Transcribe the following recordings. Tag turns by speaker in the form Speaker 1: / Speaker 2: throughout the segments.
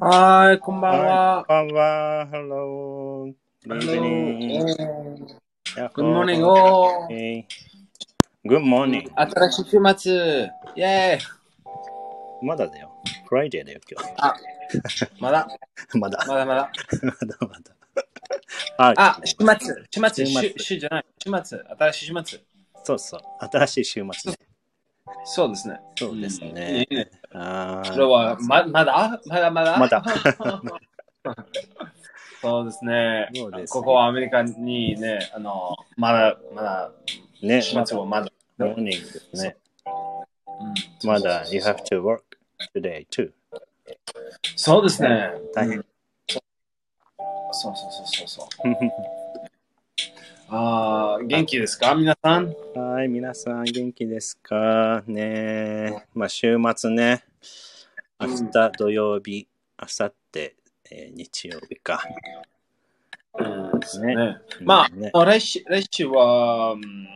Speaker 1: はーい、こんばん
Speaker 2: はい
Speaker 1: は。
Speaker 2: こんばんは。Hello. Good evening.
Speaker 1: Good morning, all.
Speaker 2: Hey. Good morning.
Speaker 1: 新しい週末。イェーイ。
Speaker 2: まだだよ。Friday だよ、今日。
Speaker 1: あ、まだ、
Speaker 2: まだ。
Speaker 1: まだまだ。
Speaker 2: まだまだ。はい。
Speaker 1: あ、週末、週末、
Speaker 2: 週末
Speaker 1: 週週じゃない。週末、新しい週末。
Speaker 2: そうそう。新しい週末ね。
Speaker 1: そうですね。
Speaker 2: そうですね。
Speaker 1: うんいい
Speaker 2: あ
Speaker 1: それ
Speaker 2: ー
Speaker 1: は、ままだまだまだ
Speaker 2: まだ。
Speaker 1: そうですね
Speaker 2: そうですね
Speaker 1: ここはアメリカにね、あの、まだ、まだ、
Speaker 2: ね。
Speaker 1: 週末もまだ。
Speaker 2: morning ですね。
Speaker 1: うん
Speaker 2: まだ、you have to work today too.
Speaker 1: そうですね。
Speaker 2: 大変。
Speaker 1: そうそうそうそうそう。あー元気ですか皆さん。
Speaker 2: はい、皆さん元気ですかねえ。まあ、週末ね。
Speaker 1: う
Speaker 2: 明
Speaker 1: ん
Speaker 2: 日土曜日、明後日、えー日曜日か。ね。
Speaker 1: ね、まあ、
Speaker 2: ね
Speaker 1: もう来週来週は、うん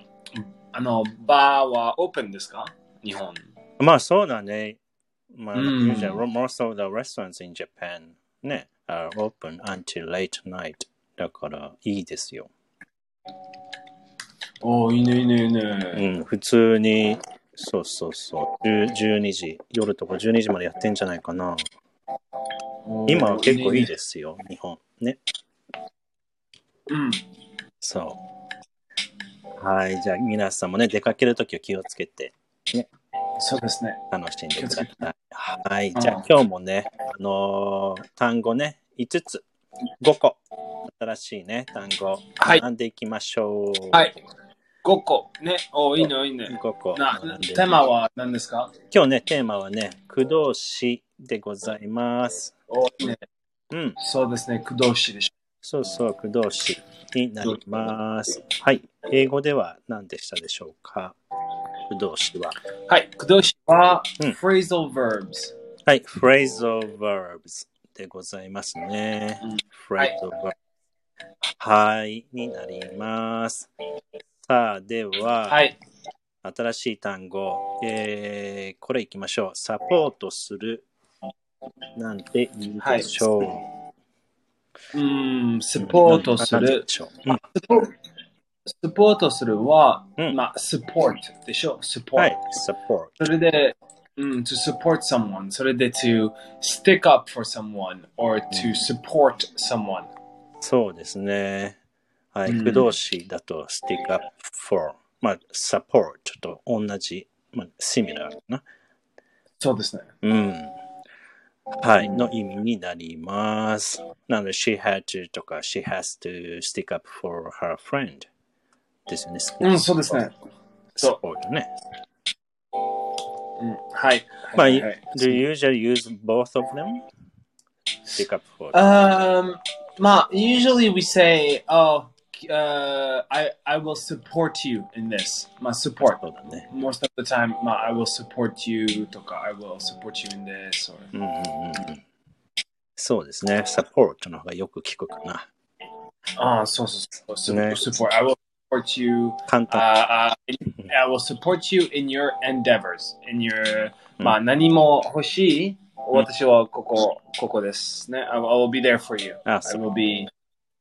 Speaker 1: あの、バーはオープンですか日本。
Speaker 2: まあ、そうだね。まあ、
Speaker 1: うん
Speaker 2: usually most of the restaurants in Japan ね、are open until late night. だから、いいですよ。
Speaker 1: おーいいね、いいね、いいうね。
Speaker 2: ん、普通に、そうそうそう、10 12時、夜とか12時までやってんじゃないかな。
Speaker 1: おー
Speaker 2: 今は結構いい
Speaker 1: ね
Speaker 2: ですよ、日本。ね。
Speaker 1: うん。
Speaker 2: そう。はい、じゃあ皆さんもね、出かけるときは気をつけて
Speaker 1: そうですね。
Speaker 2: 楽しんでくだ
Speaker 1: 気を
Speaker 2: さ
Speaker 1: つ
Speaker 2: い。はい、
Speaker 1: うん
Speaker 2: じゃあ今日もね、あのー単語ね、5つ、5個、新しいね、単語、
Speaker 1: はい
Speaker 2: 学んでいきましょう。
Speaker 1: はい。5個。ね。おーいいね、いいね。
Speaker 2: 5個
Speaker 1: な
Speaker 2: 学んでいき
Speaker 1: テーマは何ですか
Speaker 2: 今日ね、テーマはね、駆動詞でございます。
Speaker 1: おーいいね。
Speaker 2: うん。
Speaker 1: そうですね。駆動詞でし
Speaker 2: そうそう、駆動詞になります。はい。英語では何でしたでしょうか駆動詞は。
Speaker 1: ょ。はい。駆動詞は、
Speaker 2: うん
Speaker 1: phrasal verbs。
Speaker 2: はい。phrasal verbs でございますね
Speaker 1: うん。
Speaker 2: phrasal verbs。はい。になります。さあ、では、
Speaker 1: はい。
Speaker 2: 新しい単語、えー、これいきましょう。サポートするなんて言うでしょう。
Speaker 1: うん、サポートす
Speaker 2: なんて言
Speaker 1: る
Speaker 2: うで。しょううん
Speaker 1: サポサポートするは、
Speaker 2: うん
Speaker 1: まあ、support でしょ、support。
Speaker 2: はい。support。
Speaker 1: それで、うん、to mm, support someone。それで、to stick up for someone or
Speaker 2: うん
Speaker 1: to support someone。
Speaker 2: そうですね。はい。
Speaker 1: うん
Speaker 2: 不動詞だと stick up for、まあ、support と同じ、まあ、similar かな。
Speaker 1: そうですね。
Speaker 2: うん。はい。の意味になります。なので、she had to とか she has to stick up for her friend ですよね。
Speaker 1: うん、そうですね。。そう
Speaker 2: support ね。
Speaker 1: うん、はい。
Speaker 2: まあ、
Speaker 1: はい
Speaker 2: you-
Speaker 1: はい
Speaker 2: do you usually use both of them? stick up for.
Speaker 1: Um, Ma, usually we say, oh, uh, I, I will support you in this. Ma, support.
Speaker 2: そうだね。
Speaker 1: Most of the time, Ma, I will support you とか、I will support you in this. Or...
Speaker 2: うんうんうんうん。そうですね。support の方がよく聞くかな。
Speaker 1: ああ、そうそうそう。
Speaker 2: ね
Speaker 1: support. I will support you.
Speaker 2: 簡単。
Speaker 1: Uh, I will support you in your endeavors. In your,
Speaker 2: うん
Speaker 1: まあ、何も欲しい私はここ、ここですね。I will, I will be there for you.
Speaker 2: あ、
Speaker 1: I
Speaker 2: そう。
Speaker 1: will be,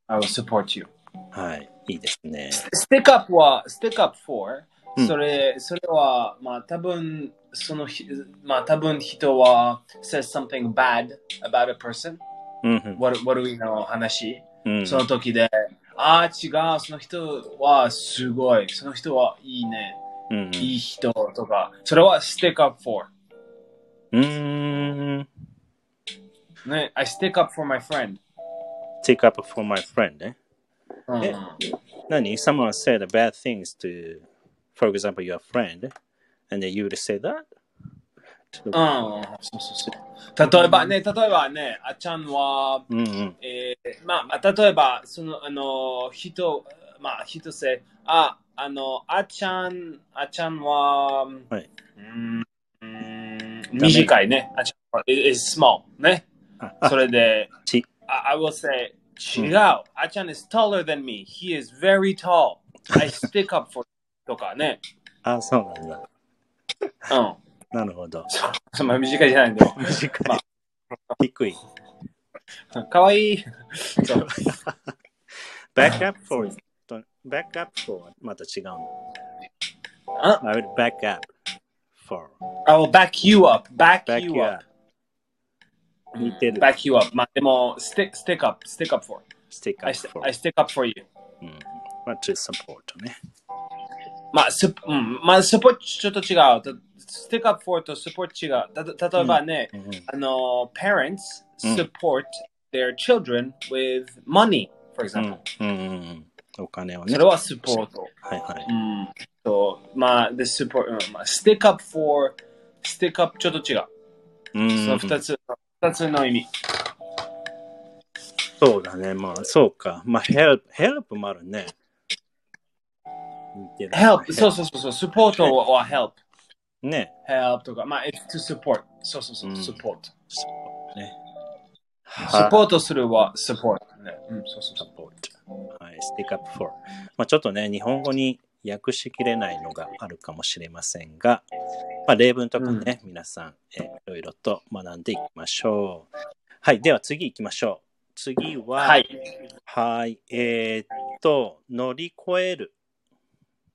Speaker 1: I will support you.
Speaker 2: はい。いいですね。
Speaker 1: Stick up は、stick up for、
Speaker 2: うん
Speaker 1: それ、それは、まあ、多分、そのひ、まあ、多分人は、says something bad about a person。
Speaker 2: うん
Speaker 1: 悪悪いの話。
Speaker 2: うん。うん
Speaker 1: その時で、ああ、違う、その人はすごい、その人はいいね、
Speaker 2: うん
Speaker 1: いい人とか、それは stick up for。
Speaker 2: うーん。
Speaker 1: ね、I stick up for my friend。
Speaker 2: take up for my friend ね。
Speaker 1: うん
Speaker 2: え何 ?someone said bad things to, for example, your friend, and then you would say that?
Speaker 1: うん、そうそうそう。例えばね、例えばね、あっちゃんは、
Speaker 2: うんうん。
Speaker 1: えーまあ、例えば、その、あの、人、まあ、人せ、あ、あの、あっちゃん、あっちゃんは、
Speaker 2: はい、
Speaker 1: うん、うん短いね、あっちゃんは、it is small ね。
Speaker 2: あ、あ
Speaker 1: それで、
Speaker 2: ち
Speaker 1: I, I will say,
Speaker 2: うん
Speaker 1: 違う。Achan is taller than me. He is very tall. I stick up for とかね。
Speaker 2: あ、そうなんだ。
Speaker 1: うん。
Speaker 2: なるほど。
Speaker 1: そんな短いじゃないんでも。
Speaker 2: 短い。
Speaker 1: まあ
Speaker 2: 低い。
Speaker 1: かわいい。そう
Speaker 2: back up for と back up for はまた違うの。
Speaker 1: あ
Speaker 2: I will back up for
Speaker 1: I will back you up. Back,
Speaker 2: back
Speaker 1: you
Speaker 2: you
Speaker 1: up.
Speaker 2: up 似てる
Speaker 1: Back you up. まあでも、stick, stick up. Stick up for.
Speaker 2: stick
Speaker 1: I,
Speaker 2: up
Speaker 1: st-
Speaker 2: for
Speaker 1: I stick up for you.
Speaker 2: うんまあ to support ね。
Speaker 1: まあ、すうん、まあ、スポーツ mm, ちょっと違う。stick up for とスポーツ違う。たと例えばね、
Speaker 2: うん
Speaker 1: あの、parents
Speaker 2: うん
Speaker 1: support their children with money, for
Speaker 2: う
Speaker 1: example.
Speaker 2: んうんうん Mm-hmm. お金をね。
Speaker 1: それはスポーツ。
Speaker 2: はいはい。
Speaker 1: うん。そう、まあ、で、スポーツ、まあ、stick up for、stick up ちょっと違う。
Speaker 2: うん
Speaker 1: その二つ、二つの意味。
Speaker 2: そうだね。まあそうか。まあ help, help もあるね。似てる
Speaker 1: help、そうそうそうそう、スポートは help。
Speaker 2: ね。
Speaker 1: help とか、まあ、it's to support。そうそうそう、
Speaker 2: うん
Speaker 1: support。
Speaker 2: そうね。
Speaker 1: サポートするは support。ね、うん、そうそうそう。
Speaker 2: support はい、stick up for。まあ、ちょっとね、日本語に訳しきれないのがあるかもしれませんが、まあ、例文とかね、皆さん、えいろいろと学んでいきましょう。はい、では次行きましょう。次は、
Speaker 1: は、い。
Speaker 2: はいえーっと、乗り越える。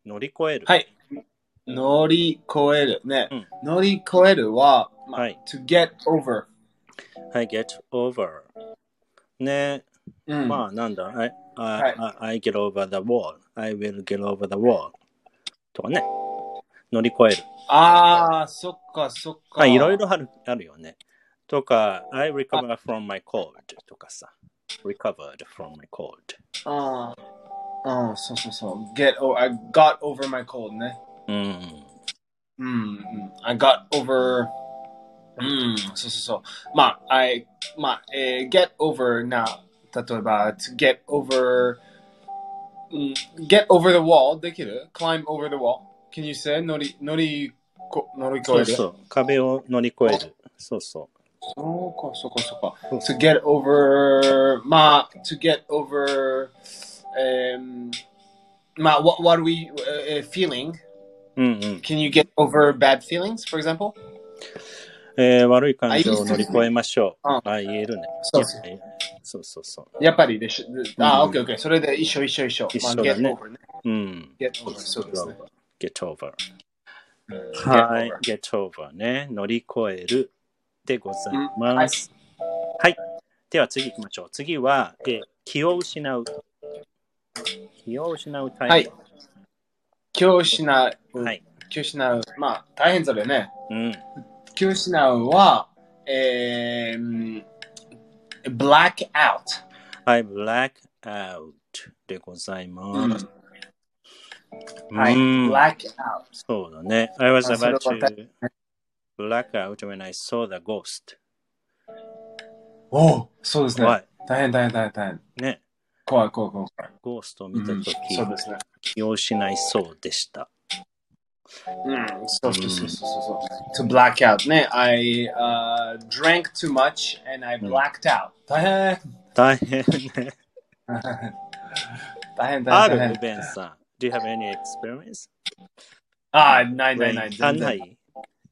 Speaker 2: 乗り越える。
Speaker 1: はい乗り越えるね、
Speaker 2: うん
Speaker 1: 乗り越えるは、まあ
Speaker 2: はい
Speaker 1: to get over、
Speaker 2: はい、get over。ね、
Speaker 1: うん
Speaker 2: まあなんだ、I, I,
Speaker 1: はい
Speaker 2: I, I get over the wall. I will get over the wall. とかね、乗り越える。
Speaker 1: ああそっかそっ
Speaker 2: ま
Speaker 1: か
Speaker 2: あ、いろいろあるあるよね。とか、I recover from my cold とかさ。recovered from my cold。
Speaker 1: ああそうそうそう get over I got over my cold ね
Speaker 2: うん。
Speaker 1: うん、うん、I Hmm, got over hmm, うんそうそうそうまあ I まあ、えー get over な例えば to get over、うん、get over the wall できる climb over the wall can you say 乗り乗りこ乗り越え
Speaker 2: そ
Speaker 1: る
Speaker 2: うそう。壁を乗り越える。そうそ
Speaker 1: そうか、そうか、そうか。
Speaker 2: そうそ
Speaker 1: To get over, まあ、to get over, えーまあ、what, what are we、uh, feeling?
Speaker 2: う。うんうん。
Speaker 1: Can you get over bad feelings, for example?
Speaker 2: えー、悪い感情を乗り越えましょう。
Speaker 1: あ
Speaker 2: ああ、言えるね。
Speaker 1: そうそう
Speaker 2: はいそうそうそ
Speaker 1: やっぱりでし、あ、
Speaker 2: うん
Speaker 1: OK、OK。それで一緒、一緒、一緒。
Speaker 2: 一
Speaker 1: まあ
Speaker 2: 緒だね
Speaker 1: get over ね。
Speaker 2: う。うん。
Speaker 1: get over、そうですね。
Speaker 2: get over。
Speaker 1: うん
Speaker 2: はい。
Speaker 1: get
Speaker 2: get over ね。乗り越えるでございます。はい。では次行きましょう。次は、えー気を失う。気を失うタイプ。
Speaker 1: over はい。今日しなう、
Speaker 2: はい。
Speaker 1: 今日しなう、まあ、大変それね。
Speaker 2: うん。
Speaker 1: 今日しなうは、えー、black out。
Speaker 2: I black out でございます。うん
Speaker 1: はい。black out。
Speaker 2: そうだね。I was
Speaker 1: あそれ
Speaker 2: about
Speaker 1: は大
Speaker 2: to black out when I saw the ghost.
Speaker 1: おお、そうです
Speaker 2: 怖
Speaker 1: ね。
Speaker 2: い。
Speaker 1: 大変大変大変大変。
Speaker 2: ね。
Speaker 1: 怖い怖い怖い怖い。
Speaker 2: ゴーストを見た
Speaker 1: う
Speaker 2: と
Speaker 1: ん
Speaker 2: き、
Speaker 1: そうですね。
Speaker 2: 気を失いそうでした。
Speaker 1: うん、そうそうそうそうそう。To black out ね。I、uh, drank too much and I blacked out. 大変
Speaker 2: 大変ね。
Speaker 1: 大変
Speaker 2: あ
Speaker 1: 大変大
Speaker 2: る
Speaker 1: 変。
Speaker 2: ベンさん。Do you have any experience?
Speaker 1: あー、ないないない。
Speaker 2: あ
Speaker 1: 全然
Speaker 2: ない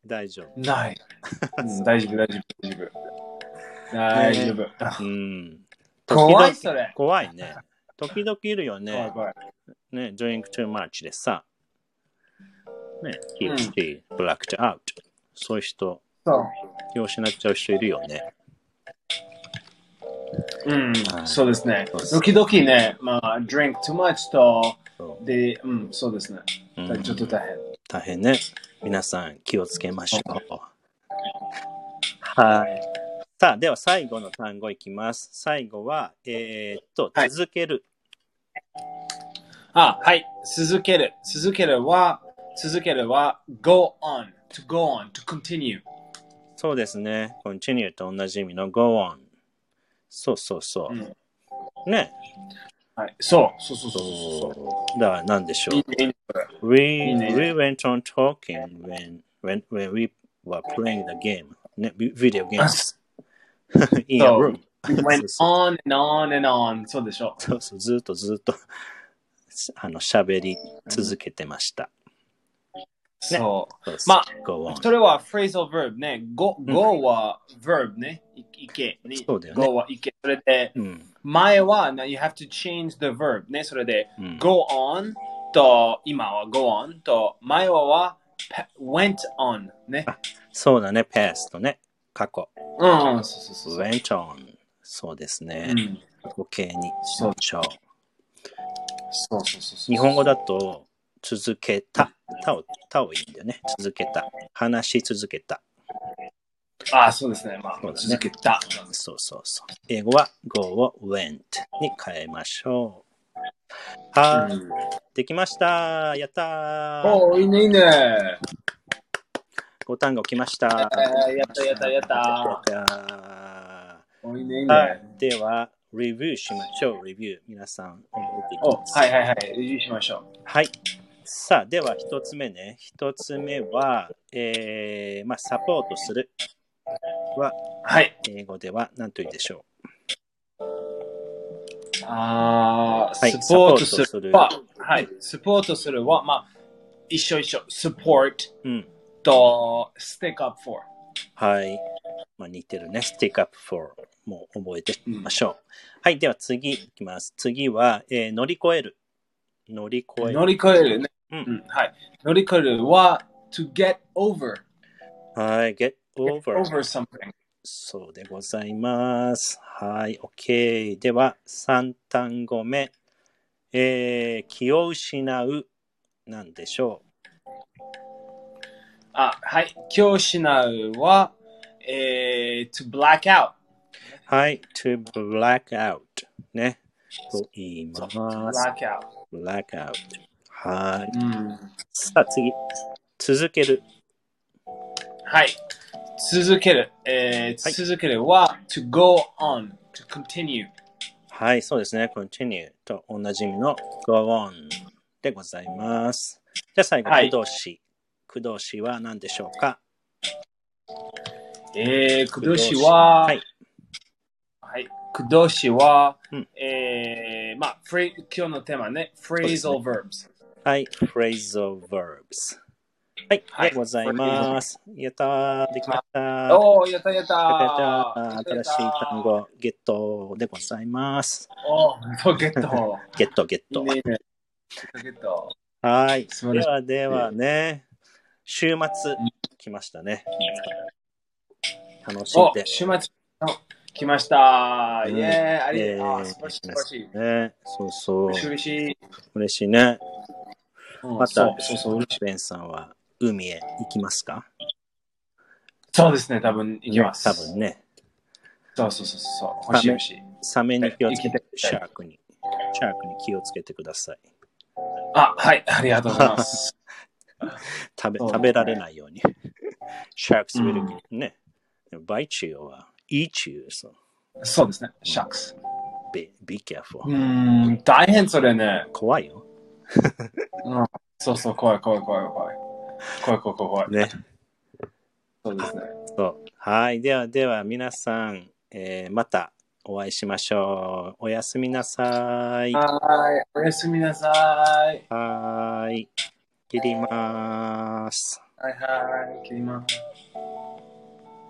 Speaker 2: 大丈 夫。
Speaker 1: ない。うん大丈夫大丈夫大丈夫。大丈夫。
Speaker 2: うん。
Speaker 1: 怖い
Speaker 2: 時々
Speaker 1: それ
Speaker 2: 怖いね。時々いるよ
Speaker 1: 怖い
Speaker 2: ね。
Speaker 1: 怖い。
Speaker 2: ね、drink too much でさ。ね、he
Speaker 1: うん
Speaker 2: she blacked out。そういう人、
Speaker 1: そう。
Speaker 2: 気を失っちゃう人いるよね。
Speaker 1: うん、そうですね
Speaker 2: そう。そう
Speaker 1: 時々ね、まあ、drink too much と、
Speaker 2: そ
Speaker 1: で、うん、そうですね。
Speaker 2: ううん
Speaker 1: ちょっと大変。
Speaker 2: 大変ね。皆さん気をつけましょう。はい。さあ、では最後の単語いきます。最後は、えーっと、
Speaker 1: はい
Speaker 2: 続ける。
Speaker 1: あ、はい。続ける。続けるは、続けるは、go on, to go on, to continue.
Speaker 2: そうですね。continue と同じ意味の go on。そうそうそう。
Speaker 1: うん
Speaker 2: ね。
Speaker 1: はい。そう、そうそうそうそうそ
Speaker 2: そうだから何でし
Speaker 1: う。い
Speaker 2: ょ
Speaker 1: いねいいねこれ
Speaker 2: う。We,
Speaker 1: いね
Speaker 2: we went on talking when, when, when we were playing the game. ね、ビ video
Speaker 1: あ
Speaker 2: games
Speaker 1: そ
Speaker 2: in a
Speaker 1: う
Speaker 2: room.
Speaker 1: We went
Speaker 2: そう
Speaker 1: on and on and on. そうでしょ。
Speaker 2: そうそう、ずっとずっと、あの、喋り続けてました。
Speaker 1: そう。
Speaker 2: Let's
Speaker 1: まあ
Speaker 2: go on.
Speaker 1: それはフレーズ a l verb ね。go, go は verb ね。い行け。ね
Speaker 2: そうだよね
Speaker 1: go は行け。それで、
Speaker 2: うん。
Speaker 1: 前はな you have to change the verb ね。それで、
Speaker 2: うん。
Speaker 1: go on と今は go on と前はは pe- went on ね。
Speaker 2: そうだね。past ね。過去。
Speaker 1: うん、うんそうそうそうそう。
Speaker 2: went on。そうですね
Speaker 1: う。ん、
Speaker 2: 過去形にし
Speaker 1: そう
Speaker 2: ましょう。
Speaker 1: そうそうそうそう。
Speaker 2: 日本語だと、続けた。たを、たをいいんだよね。続けた。話し続けた。
Speaker 1: ああ、そうですね。まあ、
Speaker 2: そうだね
Speaker 1: 続けた。
Speaker 2: そうそうそう。英語は go を went に変えましょう。はい、
Speaker 1: うん
Speaker 2: できました。やったー。
Speaker 1: おーいいね、いいね。
Speaker 2: 五単語来ました。
Speaker 1: えーやったやったやった
Speaker 2: やった
Speaker 1: おーいいね、いい
Speaker 2: ー
Speaker 1: ね。
Speaker 2: はい。では、レビューしましょう。レビュー。皆さん、覚えていき
Speaker 1: お
Speaker 2: ます。
Speaker 1: はいはいはい。レビューしましょ
Speaker 2: はい。さあ、では一つ目ね。一つ目は、えー、まあ、サポートする。
Speaker 1: う。はい。
Speaker 2: 英語では何と言うでしょ
Speaker 1: ああ、
Speaker 2: はい
Speaker 1: サポートす
Speaker 2: サポートする
Speaker 1: るは、はい、サポートするは、まあ、一緒一緒、サポート
Speaker 2: う。うん。
Speaker 1: と、ステックアップフォー。
Speaker 2: はい。まあ、似てるね。stick up for もう覚えて
Speaker 1: う
Speaker 2: み
Speaker 1: ん
Speaker 2: ましょう。はい。では次いきます。次は、えー、乗り越える。乗り越え
Speaker 1: 乗
Speaker 2: る。
Speaker 1: り越えるね。
Speaker 2: うん
Speaker 1: うん、はい。乗り越えるは、to get over,
Speaker 2: はい。get
Speaker 1: get
Speaker 2: over.
Speaker 1: over something.
Speaker 2: そうでございます。はい。OK。では、3単語目。えー、気を失う。なんでしょ
Speaker 1: あ、はい。今日失うは、えー、to black out.
Speaker 2: う。はい。to black out。ね。と言います。
Speaker 1: black out.
Speaker 2: black out。はい。
Speaker 1: うん
Speaker 2: さあ次。続ける。
Speaker 1: はい。続ける。えー
Speaker 2: はい
Speaker 1: 続けるは、to go on, to continue.
Speaker 2: はい、そうですね。continue とおなじみの go on でございます。じゃあ最後、
Speaker 1: はい
Speaker 2: 駆動詞。駆動詞は何でしょうか
Speaker 1: えー、くどしは、
Speaker 2: はい。
Speaker 1: はい。駆動詞は、
Speaker 2: うん
Speaker 1: えー、まあ、フレ今日のテーマね、フレーズ a
Speaker 2: そ
Speaker 1: l verbs。
Speaker 2: はい、phrasal verbs。はい、
Speaker 1: はい
Speaker 2: でございます。やったー、できました。やっ
Speaker 1: おー、やったやった
Speaker 2: たやった
Speaker 1: や
Speaker 2: 新
Speaker 1: った
Speaker 2: しい単。語、ゲットでございます。
Speaker 1: おー、そうゲット。
Speaker 2: ゲット、ゲッ
Speaker 1: いいね、い
Speaker 2: ト。
Speaker 1: いね。ゲット。
Speaker 2: はい。
Speaker 1: 素晴
Speaker 2: で
Speaker 1: らしい
Speaker 2: はではね、週末
Speaker 1: うん
Speaker 2: 来ましたね。楽しん
Speaker 1: お
Speaker 2: で、。
Speaker 1: 週末の来ました。
Speaker 2: うん
Speaker 1: イェーイ、あ
Speaker 2: え
Speaker 1: り
Speaker 2: ー
Speaker 1: あー、素晴らしい、素晴らしい。
Speaker 2: ね、そうそう
Speaker 1: 嬉しい、。嬉しい。
Speaker 2: 嬉しいね。
Speaker 1: うん
Speaker 2: また
Speaker 1: そうそうそう、嬉しい。
Speaker 2: ベンさんは海へ行きますか
Speaker 1: そうですね、多分行きます。
Speaker 2: 多分ね。
Speaker 1: そうそうそうそう、欲しい、欲しい。
Speaker 2: サメに気をつけて
Speaker 1: 行、きた
Speaker 2: シ
Speaker 1: い
Speaker 2: ャークに。シャークに気をつけてください。
Speaker 1: あ、はい、ありがとうございます。
Speaker 2: 食べ
Speaker 1: そう
Speaker 2: 食べられないよ うに。sharks will、ね。bite you は eat you, so
Speaker 1: そうですね、シャックス。
Speaker 2: be, be careful.、
Speaker 1: うーん、大変それね。
Speaker 2: 怖いよ。
Speaker 1: うんそうそう、怖い怖い怖い怖い。怖い怖い怖い怖い。
Speaker 2: ね。
Speaker 1: そうですね。
Speaker 2: そう。はい。ではでは皆さん、えーまたお会いしましょう。おやすみなさい。は
Speaker 1: はーい、おやすみなさい。
Speaker 2: ーい。切ります。
Speaker 1: はいはい、切ります。